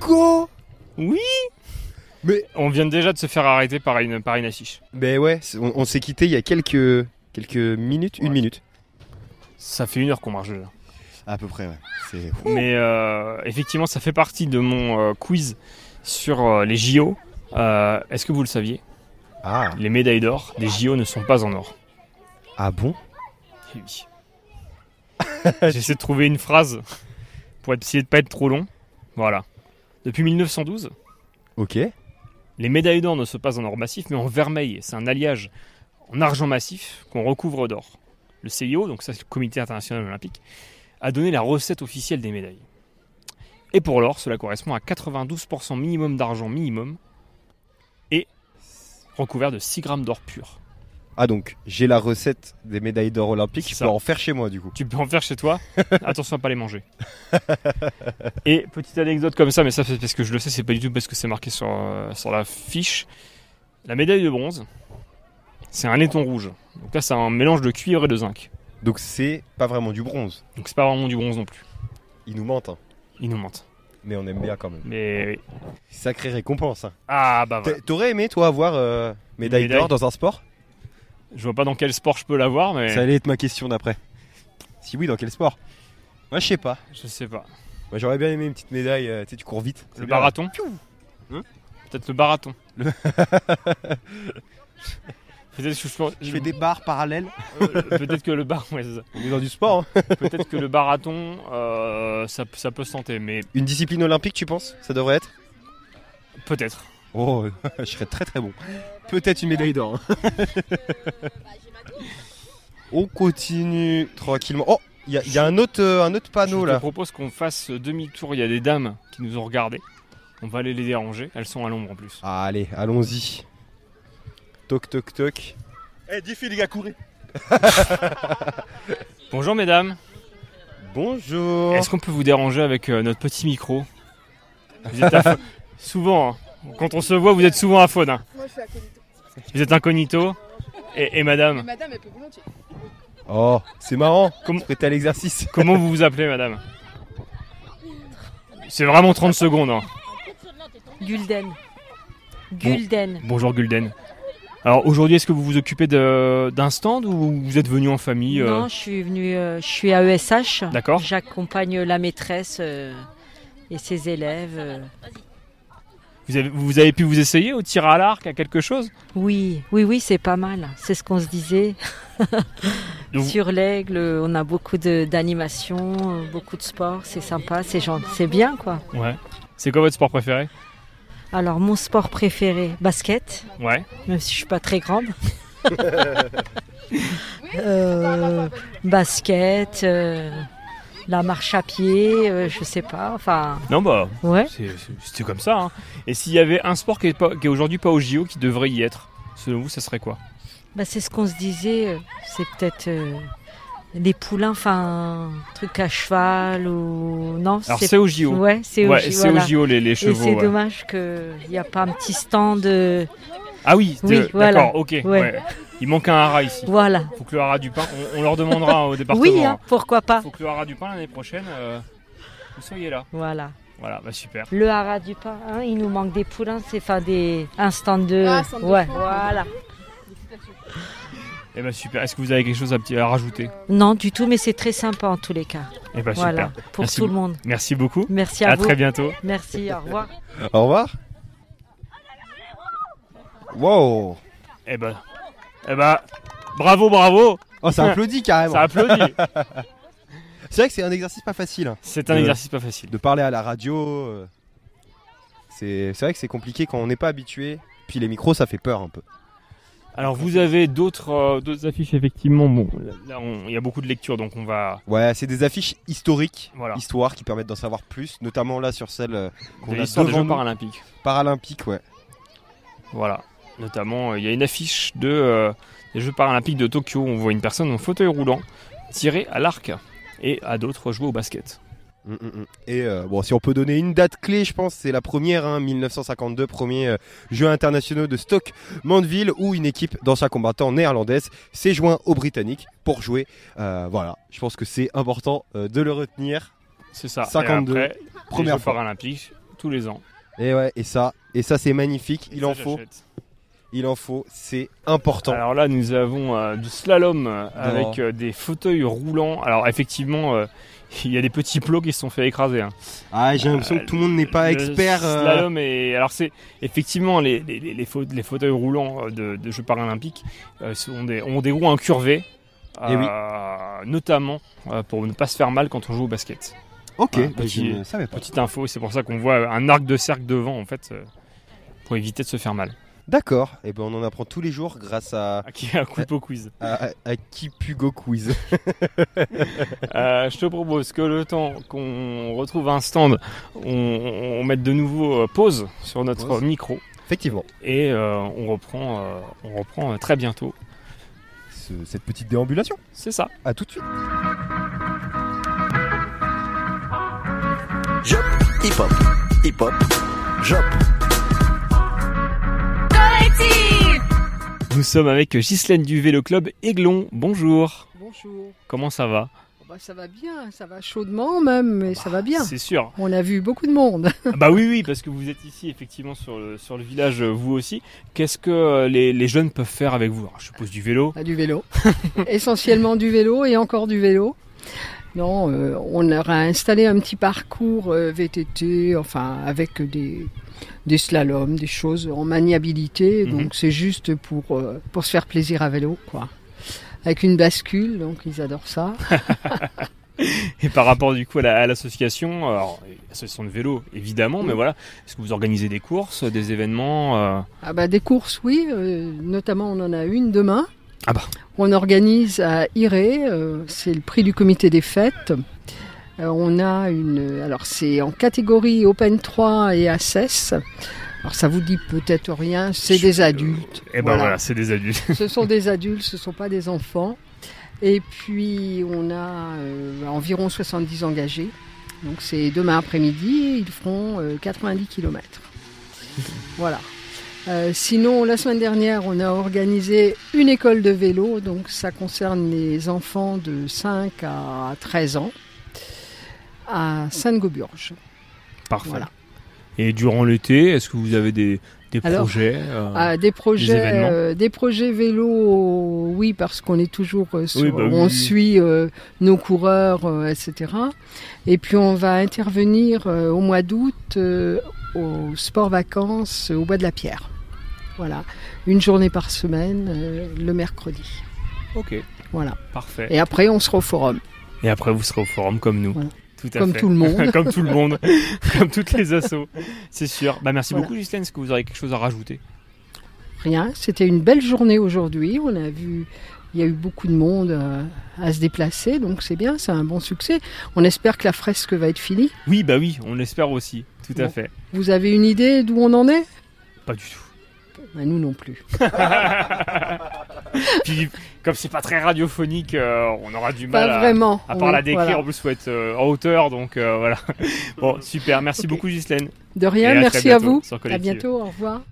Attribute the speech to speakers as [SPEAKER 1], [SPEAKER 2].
[SPEAKER 1] Quoi
[SPEAKER 2] Oui
[SPEAKER 1] Mais-
[SPEAKER 2] On vient déjà de se faire arrêter par une, par une affiche.
[SPEAKER 1] Ben ouais, c'est- on, on s'est quitté il y a quelques, quelques minutes,
[SPEAKER 2] Ouais.
[SPEAKER 1] une minute.
[SPEAKER 2] Ça fait une heure qu'on marche déjà.
[SPEAKER 1] À peu près, ouais. C'est-
[SPEAKER 2] Mais euh, effectivement, ça fait partie de mon euh, quiz sur euh, les JO. Euh, Est-ce que vous le saviez
[SPEAKER 1] Ah.
[SPEAKER 2] Les médailles d'or des JO ne sont pas en or.
[SPEAKER 1] Ah bon
[SPEAKER 2] Eh oui. J'essaie de trouver une phrase pour essayer de pas être trop long. Voilà. Depuis 1912,
[SPEAKER 1] Ok.
[SPEAKER 2] les médailles d'or ne sont pas en or massif, mais en vermeil. C'est un alliage en argent massif qu'on recouvre d'or. Le CIO, donc ça c'est le Comité international olympique, a donné la recette officielle des médailles. Et pour l'or, cela correspond à 92% minimum d'argent minimum et recouvert de 6 grammes d'or pur.
[SPEAKER 1] Ah donc, j'ai la recette des médailles d'or olympiques,
[SPEAKER 2] C'est
[SPEAKER 1] je
[SPEAKER 2] ça.
[SPEAKER 1] peux en faire chez moi du coup.
[SPEAKER 2] Tu peux en faire chez toi. Attention à pas les manger. Et petite anecdote comme ça, mais ça c'est parce que je le sais, c'est pas du tout parce que c'est marqué sur, euh, sur la fiche. La médaille de bronze, c'est un laiton rouge. Donc là, c'est un mélange de cuivre et de zinc.
[SPEAKER 1] Donc c'est pas vraiment du bronze.
[SPEAKER 2] Donc c'est pas vraiment du bronze non plus.
[SPEAKER 1] Ils nous mentent, hein.
[SPEAKER 2] Ils nous mentent.
[SPEAKER 1] mais on aime bien quand même.
[SPEAKER 2] Mais
[SPEAKER 1] Sacrée récompense. hein.
[SPEAKER 2] ah bah voilà.
[SPEAKER 1] T'a- T'aurais aimé toi avoir euh, médaille
[SPEAKER 2] Médaille.
[SPEAKER 1] d'or dans un sport
[SPEAKER 2] Je vois pas dans quel sport je peux l'avoir, mais
[SPEAKER 1] Ça allait être ma question d'après. Si oui, dans quel sport Moi je sais pas.
[SPEAKER 2] je sais pas.
[SPEAKER 1] Moi j'aurais bien aimé une petite médaille, euh, tu sais, tu cours vite. C'est
[SPEAKER 2] Le
[SPEAKER 1] bien,
[SPEAKER 2] marathon.
[SPEAKER 1] Hein
[SPEAKER 2] Peut-être le marathon. Peut-être que, je pense-
[SPEAKER 1] Je fais des barres parallèles.
[SPEAKER 2] euh, peut-être que le bar, ouais, c'est ça.
[SPEAKER 1] On est dans du sport. hein.
[SPEAKER 2] Peut-être que le marathon, euh, ça, ça peut se tenter, mais
[SPEAKER 1] Une discipline olympique, tu penses Ça devrait être
[SPEAKER 2] peut-être.
[SPEAKER 1] Oh, je serais très très bon. Peut-être une médaille d'or. hein.
[SPEAKER 2] Bah,
[SPEAKER 1] On continue tranquillement. Oh, il y, a- il y a un autre, euh, un autre panneau
[SPEAKER 2] Je te
[SPEAKER 1] là.
[SPEAKER 2] propose qu'on fasse demi-tour. Il y a des dames qui nous ont regardé. On va aller les déranger. Elles sont à l'ombre en plus.
[SPEAKER 1] Ah, allez, allons-y. Toc toc toc.
[SPEAKER 3] Eh, dis les gars, courez
[SPEAKER 2] Bonjour mesdames.
[SPEAKER 1] Bonjour.
[SPEAKER 2] Est-ce qu'on peut vous déranger avec euh, notre petit micro Vous êtes à fa- souvent. hein. Quand on se voit, vous êtes souvent à faune. hein.
[SPEAKER 4] Moi, je suis acolyte.
[SPEAKER 2] Vous êtes incognito. Et, et
[SPEAKER 4] Mais
[SPEAKER 2] madame,
[SPEAKER 4] madame, elle peut volontiers.
[SPEAKER 1] Oh, c'est marrant.
[SPEAKER 2] Comment-
[SPEAKER 1] Comment prêter à l'exercice
[SPEAKER 2] comment vous vous appelez madame C'est vraiment 30 secondes. hein.
[SPEAKER 5] Gulden. Gulden.
[SPEAKER 2] Bonjour Gulden. Alors aujourd'hui, est-ce que vous vous occupez de- d'un stand ou vous êtes venu en famille euh,
[SPEAKER 5] Non, je suis venue, euh, je suis à ESH.
[SPEAKER 2] D'accord.
[SPEAKER 5] J'accompagne la maîtresse euh, et ses élèves. euh.
[SPEAKER 2] Vous avez, vous avez pu vous essayer au tir à l'arc, à quelque chose
[SPEAKER 5] Oui, oui, oui, c'est pas mal. C'est ce qu'on se disait.
[SPEAKER 2] Donc-
[SPEAKER 5] Sur l'aigle, on a beaucoup de- d'animations, euh, beaucoup de sport. C'est sympa, c'est gen- c'est bien, quoi.
[SPEAKER 2] Ouais. C'est quoi votre sport préféré
[SPEAKER 5] Alors, mon sport préféré, basket,
[SPEAKER 2] Ouais.
[SPEAKER 5] même si je suis pas très grande. Euh, basket, euh, la marche à pied, euh, je sais pas, enfin,
[SPEAKER 2] Non, bah,
[SPEAKER 5] ouais.
[SPEAKER 2] c'est- c'est- c'était comme ça. hein. Et s'il y avait un sport qui est, pas- qui est aujourd'hui pas au JO, qui devrait y être, selon vous, ça serait quoi
[SPEAKER 5] Bah, c'est ce qu'on se disait, euh, c'est peut-être euh, des poulains, enfin, un truc à cheval ou. Non,
[SPEAKER 2] Alors c'est au JO.
[SPEAKER 5] Ouais, c'est au
[SPEAKER 2] Ouais,
[SPEAKER 5] J-
[SPEAKER 2] c'est
[SPEAKER 5] voilà.
[SPEAKER 2] au JO les, les
[SPEAKER 5] Et
[SPEAKER 2] chevaux.
[SPEAKER 5] c'est
[SPEAKER 2] ouais.
[SPEAKER 5] dommage qu'il n'y a pas un petit stand. euh,
[SPEAKER 2] Ah oui,
[SPEAKER 5] Oui,
[SPEAKER 2] de-
[SPEAKER 5] voilà.
[SPEAKER 2] d'accord, ok.
[SPEAKER 5] Ouais.
[SPEAKER 2] ouais. Il manque un haras ici.
[SPEAKER 5] Voilà.
[SPEAKER 2] Faut que le haras du pain, on, on leur demandera au département.
[SPEAKER 5] Oui, hein, pourquoi
[SPEAKER 2] hein.
[SPEAKER 5] pas.
[SPEAKER 2] Faut que le haras du pain l'année prochaine, euh, vous soyez là.
[SPEAKER 5] Voilà.
[SPEAKER 2] Voilà, bah super.
[SPEAKER 5] Le haras du pain, hein, il nous manque des poulains, c'est enfin des. Un stand de.
[SPEAKER 4] Ah, stand de
[SPEAKER 5] ouais,
[SPEAKER 4] foin.
[SPEAKER 5] voilà.
[SPEAKER 2] Et bah super. Est-ce que vous avez quelque chose à, petit- à rajouter
[SPEAKER 5] Non, du tout, mais c'est très sympa en tous les cas.
[SPEAKER 2] Et bah super.
[SPEAKER 5] Voilà, pour
[SPEAKER 2] Merci
[SPEAKER 5] tout le
[SPEAKER 2] beaucoup.
[SPEAKER 5] monde.
[SPEAKER 2] Merci beaucoup.
[SPEAKER 5] Merci à,
[SPEAKER 2] À
[SPEAKER 5] vous.
[SPEAKER 2] très bientôt.
[SPEAKER 5] Merci, au revoir.
[SPEAKER 1] Au revoir. Wow.
[SPEAKER 2] Eh ben, eh ben, bravo, bravo,
[SPEAKER 1] Oh, ça applaudit carrément.
[SPEAKER 2] ça applaudit.
[SPEAKER 1] C'est vrai que c'est un exercice pas facile. hein,
[SPEAKER 2] C'est un
[SPEAKER 1] Euh,
[SPEAKER 2] exercice pas facile.
[SPEAKER 1] De parler à la radio. euh, C'est c'est vrai que c'est compliqué quand on n'est pas habitué. Puis les micros, ça fait peur un peu.
[SPEAKER 2] Alors vous avez d'autres euh, d'autres affiches effectivement. Bon, là on- il y a beaucoup de lectures donc on va.
[SPEAKER 1] Ouais, c'est des affiches historiques,
[SPEAKER 2] Voilà.
[SPEAKER 1] histoires qui permettent d'en savoir plus, notamment là sur celle euh, qu'on
[SPEAKER 2] de
[SPEAKER 1] a
[SPEAKER 2] l'histoire des
[SPEAKER 1] devant
[SPEAKER 2] Jeux
[SPEAKER 1] nous,
[SPEAKER 2] paralympiques.
[SPEAKER 1] paralympique, ouais.
[SPEAKER 2] Voilà. Notamment, euh, il y a une affiche de euh, des Jeux paralympiques de Tokyo. où On voit une personne en fauteuil roulant tirer à l'arc et à d'autres jouer au basket.
[SPEAKER 1] Mm, mm, mm. Et euh, bon, si on peut donner une date clé, je pense, c'est la première, hein, 1952, premier euh, Jeux internationaux de Stock Mandeville, où une équipe d'anciens combattants néerlandaises s'est joint aux Britanniques pour jouer. Euh, voilà, je pense que c'est important euh, de le retenir.
[SPEAKER 2] C'est ça. Et
[SPEAKER 1] 52,
[SPEAKER 2] après, les
[SPEAKER 1] première
[SPEAKER 2] Jeux
[SPEAKER 1] fois.
[SPEAKER 2] paralympiques tous les ans.
[SPEAKER 1] Et ouais, et ça, et ça c'est magnifique.
[SPEAKER 2] Et
[SPEAKER 1] Il
[SPEAKER 2] ça,
[SPEAKER 1] en faut,
[SPEAKER 2] j'achète.
[SPEAKER 1] il en faut. C'est important.
[SPEAKER 2] Alors là, nous avons euh, du slalom euh, avec euh, des fauteuils roulants. Alors effectivement, euh, il y a des petits plots qui se sont fait écraser. hein.
[SPEAKER 1] Ah, j'ai l'impression que tout le monde n'est pas
[SPEAKER 2] Le
[SPEAKER 1] expert. euh,
[SPEAKER 2] Slalom et alors c'est effectivement les les, les, les faute- les fauteuils roulants euh, de, de Jeux paralympiques euh, sont des, ont des roues incurvées,
[SPEAKER 1] Eh oui.
[SPEAKER 2] euh, notamment euh, pour ne pas se faire mal quand on joue au basket.
[SPEAKER 1] Ok,
[SPEAKER 2] Ah,
[SPEAKER 1] bah,
[SPEAKER 2] petit-
[SPEAKER 1] je ne savais pas.
[SPEAKER 2] Petite info, c'est pour ça qu'on voit un arc de cercle devant en fait euh, pour éviter de se faire mal.
[SPEAKER 1] D'accord. Et ben on en apprend tous les jours grâce à
[SPEAKER 2] Ah, qui- un coup de quiz.
[SPEAKER 1] à, à, à Kipugo Quiz.
[SPEAKER 2] Euh, je te propose que le temps qu'on retrouve un stand, on, on mette de nouveau euh, pause sur notre
[SPEAKER 1] Pause.
[SPEAKER 2] micro
[SPEAKER 1] Effectivement,
[SPEAKER 2] et euh, on reprend, euh, on reprend euh, très bientôt.
[SPEAKER 1] ce- cette petite déambulation.
[SPEAKER 2] C'est ça.
[SPEAKER 1] À tout de suite.
[SPEAKER 3] Jop, hip hop, hip hop, jop.
[SPEAKER 2] Nous sommes avec Ghislaine du Vélo Club Aiglon. Bonjour.
[SPEAKER 4] Bonjour.
[SPEAKER 2] Comment ça va
[SPEAKER 4] Bah, ça va bien, ça va chaudement même, mais ça va bien.
[SPEAKER 2] C'est sûr.
[SPEAKER 4] On a vu beaucoup de monde.
[SPEAKER 2] Ah bah oui, oui, parce que vous êtes ici effectivement sur le, sur le village, euh, vous aussi. Qu'est-ce que euh, les, les jeunes peuvent faire avec vous Alors, Je suppose du vélo.
[SPEAKER 4] Ah, Du vélo. Essentiellement du vélo et encore du vélo. Non, euh, on aura installé un petit parcours euh, VTT, enfin avec des, des slaloms, des choses en maniabilité.
[SPEAKER 2] Mhm.
[SPEAKER 4] Donc c'est juste pour, euh, pour se faire plaisir à vélo, quoi. Avec une bascule, donc ils adorent ça.
[SPEAKER 2] Et par rapport du coup à la- à l'association, alors association de vélo évidemment, mais voilà, est-ce que vous organisez des courses, des événements euh,
[SPEAKER 4] Ah bah, des courses, oui. euh, notamment, on en a une demain.
[SPEAKER 2] Ah bah.
[SPEAKER 4] On organise à Iré, euh, c'est le prix du comité des fêtes. Euh, on a une. Alors, c'est en catégorie Open 3 et ACES. Alors, ça vous dit peut-être rien, c'est
[SPEAKER 2] Je-
[SPEAKER 4] des adultes.
[SPEAKER 2] Eh ben voilà,
[SPEAKER 4] Voilà.
[SPEAKER 2] c'est des adultes.
[SPEAKER 4] ce sont des adultes, ce ne sont pas des enfants. Et puis, on a euh, environ 70 engagés. Donc, c'est demain après-midi, ils feront euh, 90 km. Voilà. Euh, sinon, la semaine dernière, on a organisé une école de vélo. Donc, ça concerne les enfants de 5 à 13 ans à Sainte-Gauburge.
[SPEAKER 2] Parfait.
[SPEAKER 4] Voilà.
[SPEAKER 2] Et durant l'été, est-ce que vous avez des, des
[SPEAKER 4] Alors,
[SPEAKER 2] projets euh,
[SPEAKER 4] Ah, des projets,
[SPEAKER 2] événements.
[SPEAKER 4] euh, des projets vélo, oui, parce qu'on est toujours euh, sur-
[SPEAKER 2] Oui, bah oui,
[SPEAKER 4] on
[SPEAKER 2] oui.
[SPEAKER 4] suit euh, nos coureurs, euh, etc. Et puis on va intervenir euh, au mois d'août euh, au sport vacances euh, au Bois de la Pierre. Voilà, une journée par semaine, euh, le mercredi.
[SPEAKER 2] Ok,
[SPEAKER 4] Voilà.
[SPEAKER 2] parfait.
[SPEAKER 4] Et après, on sera au forum,
[SPEAKER 2] Et après, vous serez au forum comme nous.
[SPEAKER 4] Voilà.
[SPEAKER 2] Tout à
[SPEAKER 4] comme
[SPEAKER 2] fait.
[SPEAKER 4] tout le monde.
[SPEAKER 2] comme tout le monde, comme toutes les assos, c'est sûr. Bah merci
[SPEAKER 4] Voilà.
[SPEAKER 2] beaucoup, Justine. Est-ce que vous aurez quelque chose à rajouter
[SPEAKER 4] Rien. C'était une belle journée aujourd'hui. On a vu, il y a eu beaucoup de monde euh, à se déplacer, donc c'est bien, c'est un bon succès. On espère que la fresque va être finie.
[SPEAKER 2] Oui, bah oui, on l'espère aussi. Tout à
[SPEAKER 4] Bon.
[SPEAKER 2] fait.
[SPEAKER 4] Vous avez une idée d'où on en est
[SPEAKER 2] Pas du tout.
[SPEAKER 4] Ben, Nous non plus.
[SPEAKER 2] Puis, comme c'est pas très radiophonique, euh, on aura du mal
[SPEAKER 4] Pas
[SPEAKER 2] à-
[SPEAKER 4] vraiment.
[SPEAKER 2] à, part
[SPEAKER 4] Oui,
[SPEAKER 2] la décrire.
[SPEAKER 4] voilà.
[SPEAKER 2] En plus, faut être euh, en hauteur, donc euh, voilà. Bon, super. Merci
[SPEAKER 4] Ok.
[SPEAKER 2] beaucoup, Justine.
[SPEAKER 4] De
[SPEAKER 2] Et
[SPEAKER 4] rien,
[SPEAKER 2] à très
[SPEAKER 4] merci à
[SPEAKER 2] bientôt
[SPEAKER 4] vous.
[SPEAKER 2] sur
[SPEAKER 4] À
[SPEAKER 2] Collective.
[SPEAKER 4] bientôt, au revoir.